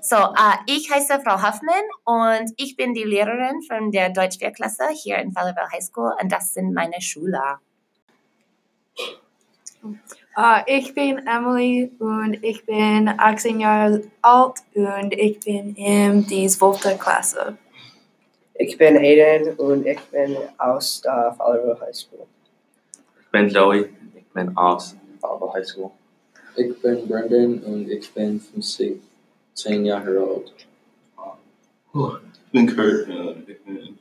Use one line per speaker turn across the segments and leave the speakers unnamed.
So, äh, ich heiße Frau Hoffmann und ich bin die Lehrerin von der deutsch klasse hier in Valleyville High School und das sind meine Schüler.
Äh, ich bin Emily und ich bin 18 Jahre alt und ich bin in die 12. Klasse.
Ich bin Aiden und ich bin aus der Fowlerville High School.
Ich bin Joey, ich bin aus Fowlerville High School.
Ich bin Brendan und ich bin 15 Jahre alt.
Oh, ich bin Kurt und ich bin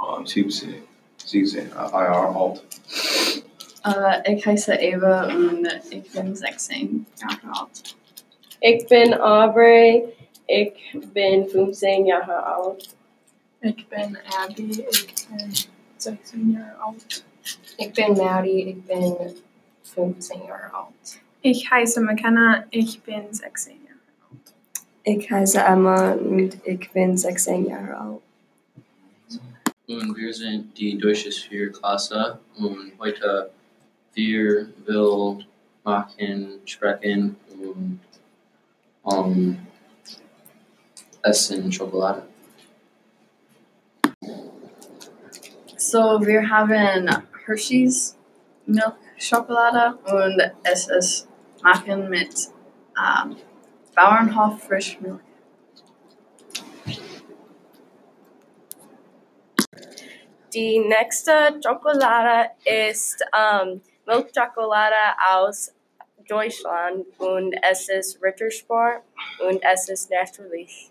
uh, um, 17, 17 IR uh, alt.
Äh, ich heiße Eva und ich bin 16 Jahre alt.
Ich bin Aubrey, ich bin 15 Jahre alt.
Ich bin Abby, ich bin 16 Jahre alt.
Ich bin Maddie, ich bin 15 Jahre alt.
Ich heiße McKenna, ich bin 16 Jahre alt.
Ich heiße Emma und ich bin 16 Jahre alt.
Und wir sind die Deutsche Sphere-Klasse und heute wir will machen, sprechen und um, essen Schokolade.
So, wir haben Hershey's Milk Schokolade und es ist machen mit ähm, Bauernhof Frischmilch.
Die nächste Schokolade ist ähm, Milchschokolade aus Deutschland und es ist Rittersport und es ist natürlich.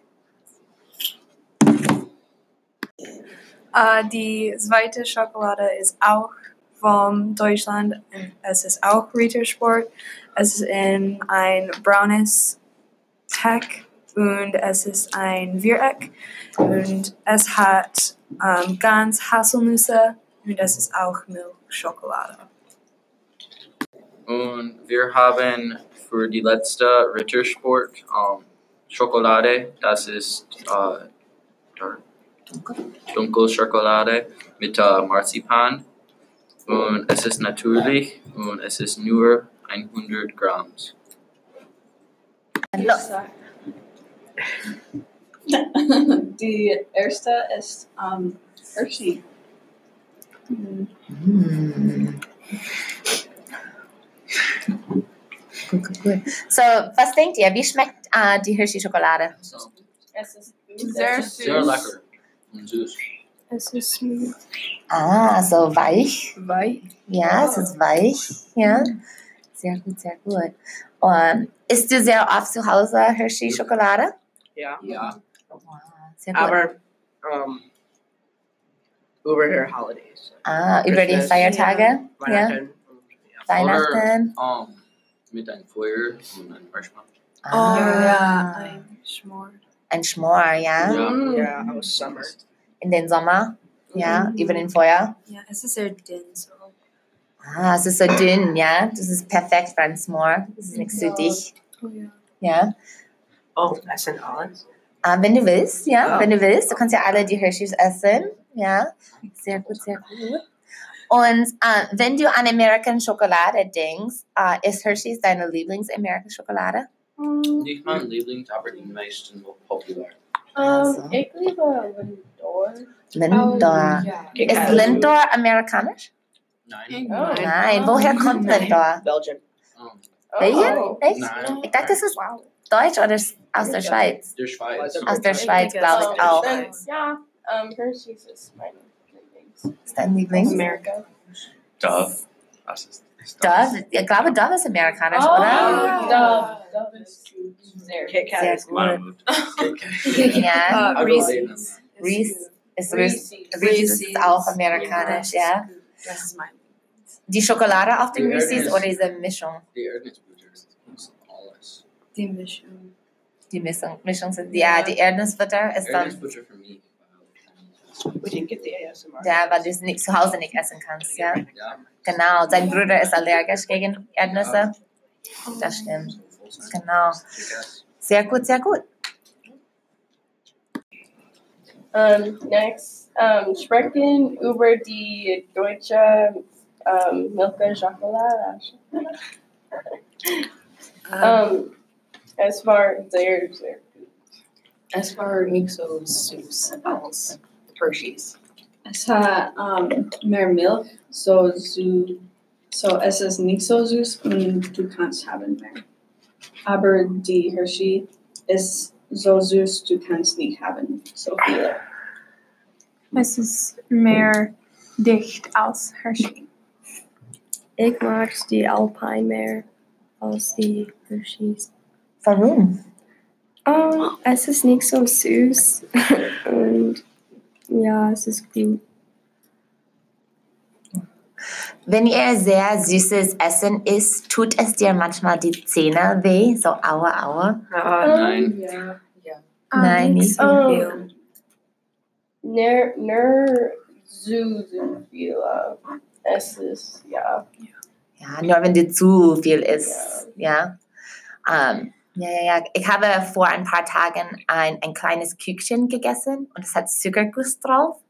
Uh, die zweite Schokolade ist auch von Deutschland. Es ist auch Rittersport. Es ist in ein braunes Teck und es ist ein Viereck. Und es hat um, ganz Haselnüsse und es ist auch Milchschokolade.
Und wir haben für die letzte Rittersport um, Schokolade. Das ist uh, Dunkelschokolade mit uh, Marzipan. Und es ist natürlich und es ist nur 100 Gramm.
Die erste ist um, Hershey. Mm.
Mm. Gut, gut, gut. So, was denkt ihr? Wie schmeckt uh, die Hershey-Schokolade?
So.
Es ist sehr süß.
Sehr lecker und süß.
Es ist smooth.
Ah, so weich.
Weich.
Ja, es ist weich. Ja. Sehr gut, sehr gut. Und isst du sehr oft zu Hause Hershey-Schokolade?
Ja.
Ja. Wow, sehr gut.
Aber um, über die Holidays.
ah, über die
Christmas,
Feiertage? Ja.
Weihnachten.
Weihnachten.
Oder, um, mit einem Feuer und einem Marshmallow.
Ah,
ja, ein Schmor.
Ein Schmor, ja?
Ja,
Mm.
ja, I was summer.
In den Sommer? Ja, über den Feuer?
Ja, es ist sehr dünn so.
Ah, es ist so dünn, ja? Das ist perfekt für ein S'more. Das ist nichts für
Ja.
dich,
Oh ja.
ja?
Oh, essen alles.
Ah, wenn du willst, ja?
Ja.
Wenn du willst, du kannst ja alle die Hershey's essen, ja? Sehr gut, sehr gut. Und ah, wenn du an American Schokolade denkst, ah, ist Hershey's deine Lieblings-American Schokolade?
Nicht mein Lieblings, aber die meisten sind populär.
Also.
Ähm, ich liebe Lindor.
Oh,
Lindor.
ja.
Ist Lindor amerikanisch?
Nein.
Nein. Oh.
Nein, woher kommt
Nein.
Lindor?
Belgium.
Um,
Belgien? Echt?
nein.
Ich dachte, es ist deutsch oder s- aus der Schweiz.
Der Schweiz.
Aus der
Ich
Schweiz,
denke,
glaube
es
ich
ist
auch.
Dann, ja, ähm, Hershey's ist mein Lieblings.
Ist dein Lieblings?
America.
Dove. Das ist, ist
Dove? Ich glaube, Dove ist amerikanisch,
Oh,
oder?
Dove. Dove ist sehr
Kit Kat
Sehr
is
gut.
Meine Mutter.
Ja.
Uh,
I really like them.
Reese's.
Reese. Ist Reese,
Reese's.
Reese's ist auch amerikanisch, ja.
Das ist mein
Die Schokolade auf den
Ja,
Reese's
das-
oder diese Mischung?
Die Erdnussbutter ist ist alles.
die Mischung.
Die Mischung, Mischung sind, ja, die Erdnussbutter ist dann,
Erdnussbutter für mich.
We didn't get the ASMR.
ja, weil du es nicht, zu Hause nicht essen kannst, ja.
Ja.
Genau, dein Bruder ist allergisch gegen Erdnüsse. Das stimmt. Genau. Sehr gut, sehr gut.
Um, next, um, sprechen über die deutsche um, Milka Schokolade.
Ähm,
Uh.
Um, es war sehr, sehr gut.
Es war nicht so süß als Hershey's.
Es hat um, mehr Milch, so, zu, so es ist nicht so süß und du kannst haben mehr. Aber die Hershey ist so süß, du kannst nicht haben so viel.
Es ist mehr dicht als Hershey.
Ik mag die Alpine meer als die Hershey's.
Warum?
Oh, es ist nicht so süß. Und ja, es ist gut.
Wenn ihr sehr süßes Essen isst, tut es dir manchmal die Zähne weh? So aua, aua?
nein.
Yeah.
Nein, nicht so.
Um, ner ner zuzu fila. Es is yeah.
Ja, nur wenn du zu viel isst. Ja. Ähm, ja, ja, ja. Ich habe vor ein paar Tagen ein, ein kleines Küchchen gegessen und es hat Zuckerguss drauf.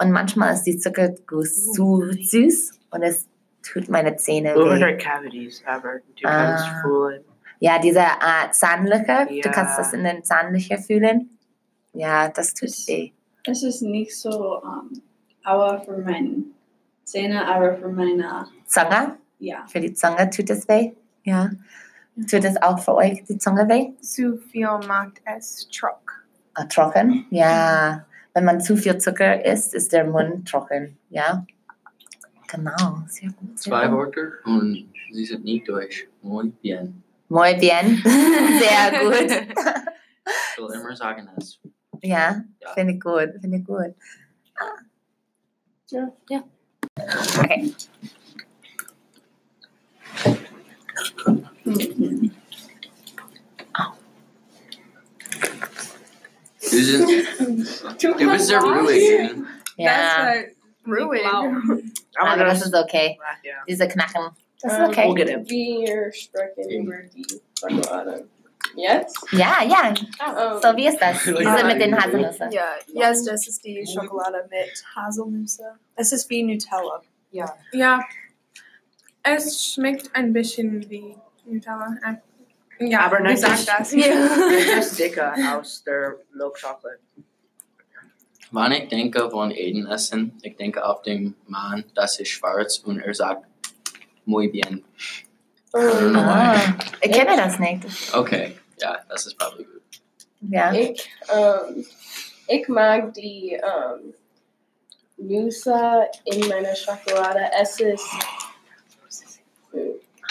Und manchmal ist die Zuckerguss zu süß und es tut meine Zähne
Uber
weh.
are cavities, aber du kannst
Ah.
foolen.
Ja, diese äh, Zahnlöcher, du kannst
Ja.
das in den Zahnlöcher fühlen. Ja, das tut weh.
Es ist nicht so um, aber für meine Zähne, aber für meine,
Zange?
ja.
Für die Zange tut es weh? Ja. Tut es auch für euch die Zunge weh?
Zu viel macht es trock.
Ah, trocken? Ja. Wenn man zu viel Zucker isst, ist der Mund trocken. Ja. Genau, sehr gut. Sehr
Zwei
gut.
Worte und sie sind nicht deutsch. Muy bien.
Muy bien. Sehr gut.
Ich will immer sagen das.
Ja, finde ich gut, finde ich gut. Ah.
Ja.
ja. Okay.
Du, sind, du bist sehr ruhig.
Ja,
Ruin.
aber das ist okay.
Yeah.
Diese Knacken. Das ist
Um,
okay.
We'll get him.
Beer stricken where he chocolate. Yes?
Ja, ja.
Oh.
So, wie ist das? Diese mit den Haselnüssen.
Ja, yes, das ist die Schokolade mit Haselnüsse. Es ist wie Nutella.
Ja.
Ja, es schmeckt ein bisschen wie Nutella. Äh, Ja,
Aber
du
nicht
sagst
das-
das.
Just dicker aus der milk chocolate.
Wann ich denke von Eden essen, ich denke auf den Mann, das ist schwarz und er sagt, muy bien.
Um,
Ah, ich kenne das nicht.
Okay, ja, das ist probably gut.
Ja.
Ik, um, ik maak die um, Nusa in mijn chocolade. Es is.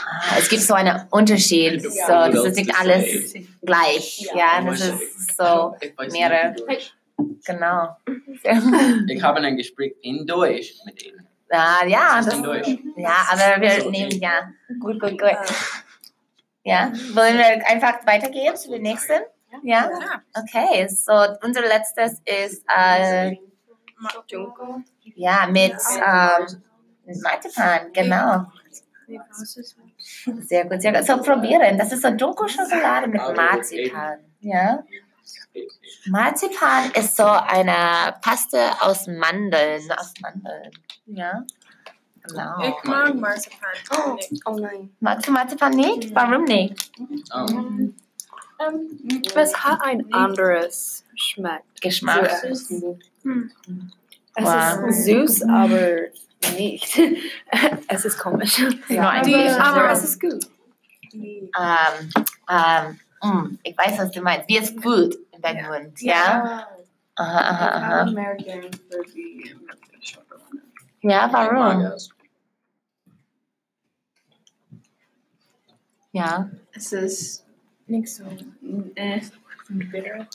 Ah, Es gibt so einen Unterschied. So,
Ja.
das ist nicht alles gleich. Ja, das ist so
Ich weiß nicht,
mehrere.
wie Deutsch.
Genau. Sehr gut.
Ich habe ein Gespräch in Deutsch mit Eden.
Ah, ja,
Das ist
das,
in Deutsch.
ja, aber wir
So,
nehmen
Eden.
ja. Gut, gut, gut. Ja, wollen wir einfach weitergehen zu den nächsten? Ja? Okay, so unser letztes ist äh,
Dunkel.
ja mit ähm, Marzipan, genau. Sehr gut, sehr gut. So probieren. Das ist so Dunkelschokolade mit Marzipan. Ja. Marzipan ist so eine Paste aus Mandeln. Aus Mandeln. Ja. Genau.
Ich mag Marzipan.
Oh.
nicht.
Oh nein.
Magst du Marzipan nicht? Warum nicht?
Oh,
Mm-hmm.
Es hat ein anderes Schmack.
Geschmack.
Es
Wow.
ist süß, aber nicht. es ist komisch.
Nur ein
Die,
um,
bisschen
aber
so.
es ist gut.
ähm, ähm, mm, ich weiß, was du meinst. Wie es fühlt in deinem Mund, ja? Aha, aha, aha.
American for the American chocolate.
Ja,
ich mag
warum?
es.
Ja.
Es ist nicht so mm, äh, bitter.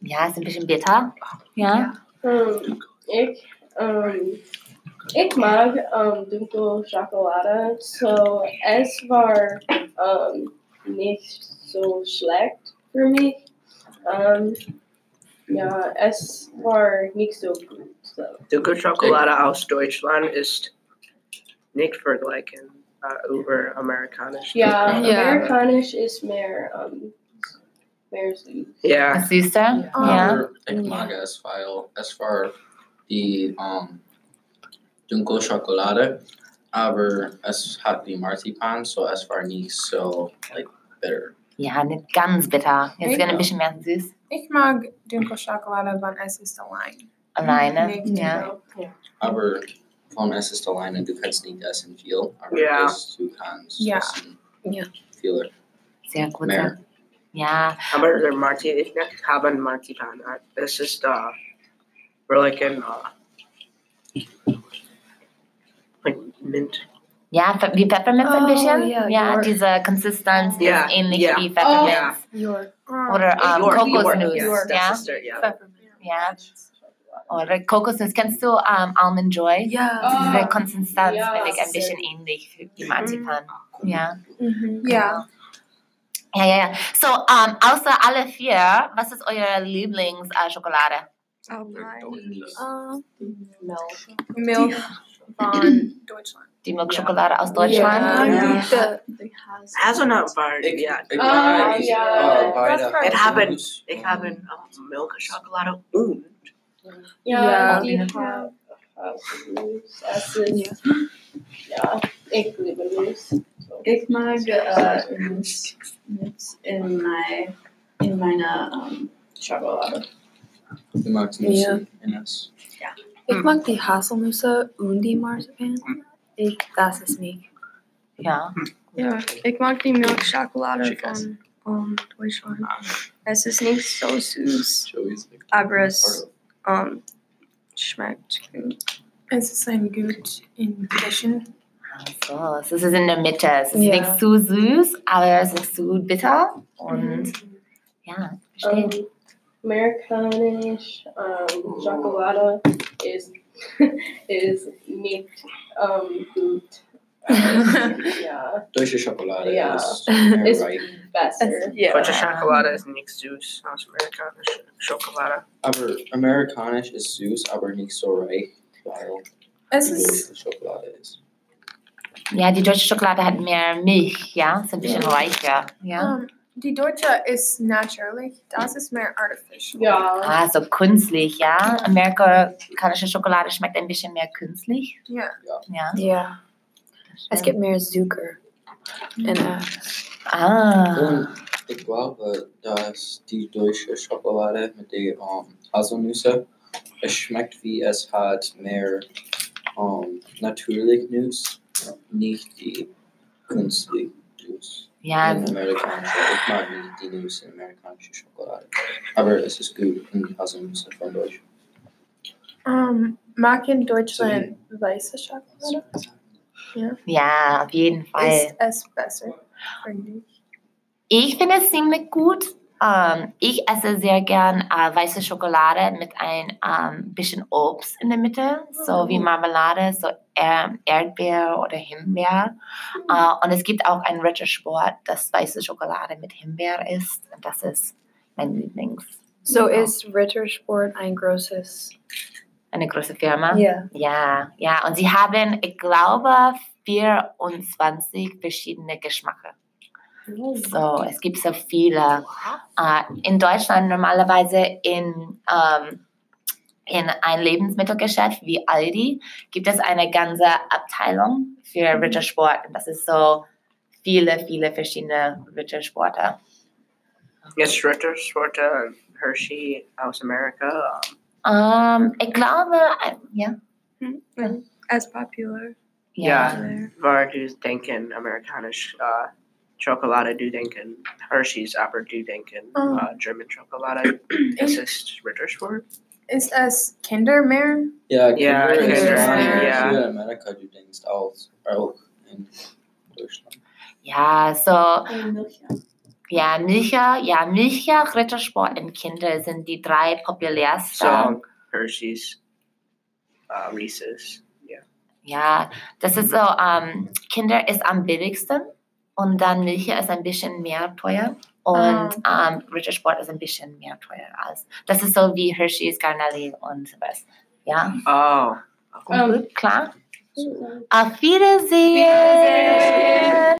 Ja, ist ein bisschen bitter. Ja.
Um, ik, um, ik maak um, dunkel chocolade. So es war um, nicht so schlecht für mich. Um, ja, es war nicht so gut. So.
Dunkel chocolate aus Deutschland ist nicht vergleichen uh, über amerikanisch.
Ja.
Ja, amerikanisch ist mehr, um, mehr süß.
Yeah.
Was süßer? Ja.
Aber ich mag es, weil es war die um, dunkle Schokolade, aber es hat die Marzipan, so es war nicht so like, bitter.
Ja, nicht ganz bitter. Jetzt gerne ein
Genau.
bisschen mehr süß.
Ich mag dunkle Schokolade, wann es ist allein.
Alleine.
Nicht
Ja.
so.
Aber von es ist alleine, du kannst nicht essen viel, aber
Ja.
das du kannst
Ja.
essen
Ja.
viel
Sehr gut.
mehr.
Ja.
Aber der Marti, ich mag haben Marzipan. Es ist uh, really good. Uh, like mint.
Ja, Pe- wie Peppermints ein
Oh,
bisschen.
ja,
ja,
York.
diese Konsistenz
Ja,
ist ähnlich
ja. Oh,
wie Peppermints.
York.
Oder ähm,
York,
Kokosnuss.
York, yes,
ja.
that's sister, yeah.
Ja. Oder Kokosnuss. Kennst du ähm, Almond Joy?
Ja.
Diese
Ah,
Konsistenz
ja,
finde ich
sehr
ein
Mhm.
bisschen ähnlich wie- wie Marzipan. Ja.
Mm-hmm.
genau.
Ja.
Ja, ja, ja. So, ähm, außer alle vier, was ist eure Lieblingsschokolade? Äh, Schokolade?
Oh nein. Uh,
Milch.
Milk von Deutschland.
Die Milchschokolade aus Deutschland?
Hazelnut bar, ja.
ik Ah,
Uh,
mag, ja. eh, beide.
Ik heb een, ik heb een um, milkschokolade und. Ja.
Ja, die ha- Haselnuss. Es ist, ja, ich liebe Nuss.
Ich mag äh, Nuss mit in, my, in meiner ähm, Schokolade.
Du magst nicht
Ja.
so in es.
Ich mag die Haselnüsse und die Marzipan. Ich, das ist mich.
Ja.
Ja, ich mag die Milchschokolade von um, Deutschland. Es ist nicht so süß, aber es um, schmeckt gut. Es ist ein gut in Fischen.
So, Also, es ist in der Mitte. Es ist
Ja.
nicht zu süß, aber es ist nicht zu bitter. Und
Mhm.
ja,
Um,
verstehe.
Amerikanisch um, Schokolade ist, ist nicht um, gut. ja,
Deutsche Schokolade
Ja.
ist
Ist-
mehr reich.
besser.
Deutsche Schokolade ist nicht süß aus amerikanischer Schokolade.
Aber amerikanisch ist süß, aber nicht so reich, weil
Es
die
ist-
deutsche Schokolade ist.
Ja, die deutsche Schokolade hat mehr Milch, ja? Ist ein bisschen
Ja.
reicher, ja?
Um, die Deutsche ist natürlich, das ist mehr artificial.
Ja.
Ah, so künstlich, ja? Amerikanische Schokolade schmeckt ein bisschen mehr künstlich,
Ja.
ja?
Ja. Es gibt mehr Zucker. In, äh,
Ah.
Und ich glaube, dass die deutsche Schokolade mit den um, Haselnüsse, es schmeckt wie es hat mehr um, natürlich Nuss, nicht die künstliche Nuss.
Ja.
In amerikanische, ich mag nicht die Nuss in amerikanische Schokolade. Aber es ist gut in Haselnüsse von Deutsch.
Um, mag in Deutschland weiße Schokolade?
Ja, auf jeden Fall.
Ist es besser, finde ich.
Ich finde es ziemlich gut. Ähm, ich esse sehr gern äh, weiße Schokolade mit ein ähm, bisschen Obst in der Mitte, so wie Marmelade, so ähm, Erdbeer oder Himbeer. Äh, und es gibt auch einen Ritter Sport, das weiße Schokolade mit Himbeer ist. Und das ist mein Lieblings.
so ist Rittersport ein großes.
Eine große Firma.
Ja.
Ja, ja. Und sie haben, ich glaube, 24 verschiedene Geschmäcker. So, es gibt so viele. Äh, in Deutschland normalerweise in, ähm, in ein Lebensmittelgeschäft wie Aldi gibt es eine ganze Abteilung für Rittersport. Und das ist so viele, viele verschiedene Rittersporter.
Yes, Ritter, Sorte, Hershey aus Amerika. Um,
Ähm, ich glaube, ein- ja.
As popular.
ja, war du denken amerikanisch uh, Schokolade, du denken Hershey's, aber du denken
Oh.
uh, German Schokolade. es ist Ritter Sport.
Ist es Kindermeer?
Ja,
Ja,
Kinder ist
Kinder,
reich.
ja.
Für Amerika, du denkst auch, auch in Deutschland.
Ja, so,
Milch, ja.
ja, Milcher, ja, Milcher, Rittersport und Kinder sind die drei populärsten.
Song, Hershey's, uh, Reese's. Yeah.
Ja, das ist so, ähm, Kinder ist am billigsten und dann Milcher ist ein bisschen mehr teuer und ähm, Richard Sport ist ein bisschen mehr teuer als. Das ist so wie Hershey's, Garnelli und was. Ja,
Oh.
gut, klar. Auf Wiedersehen!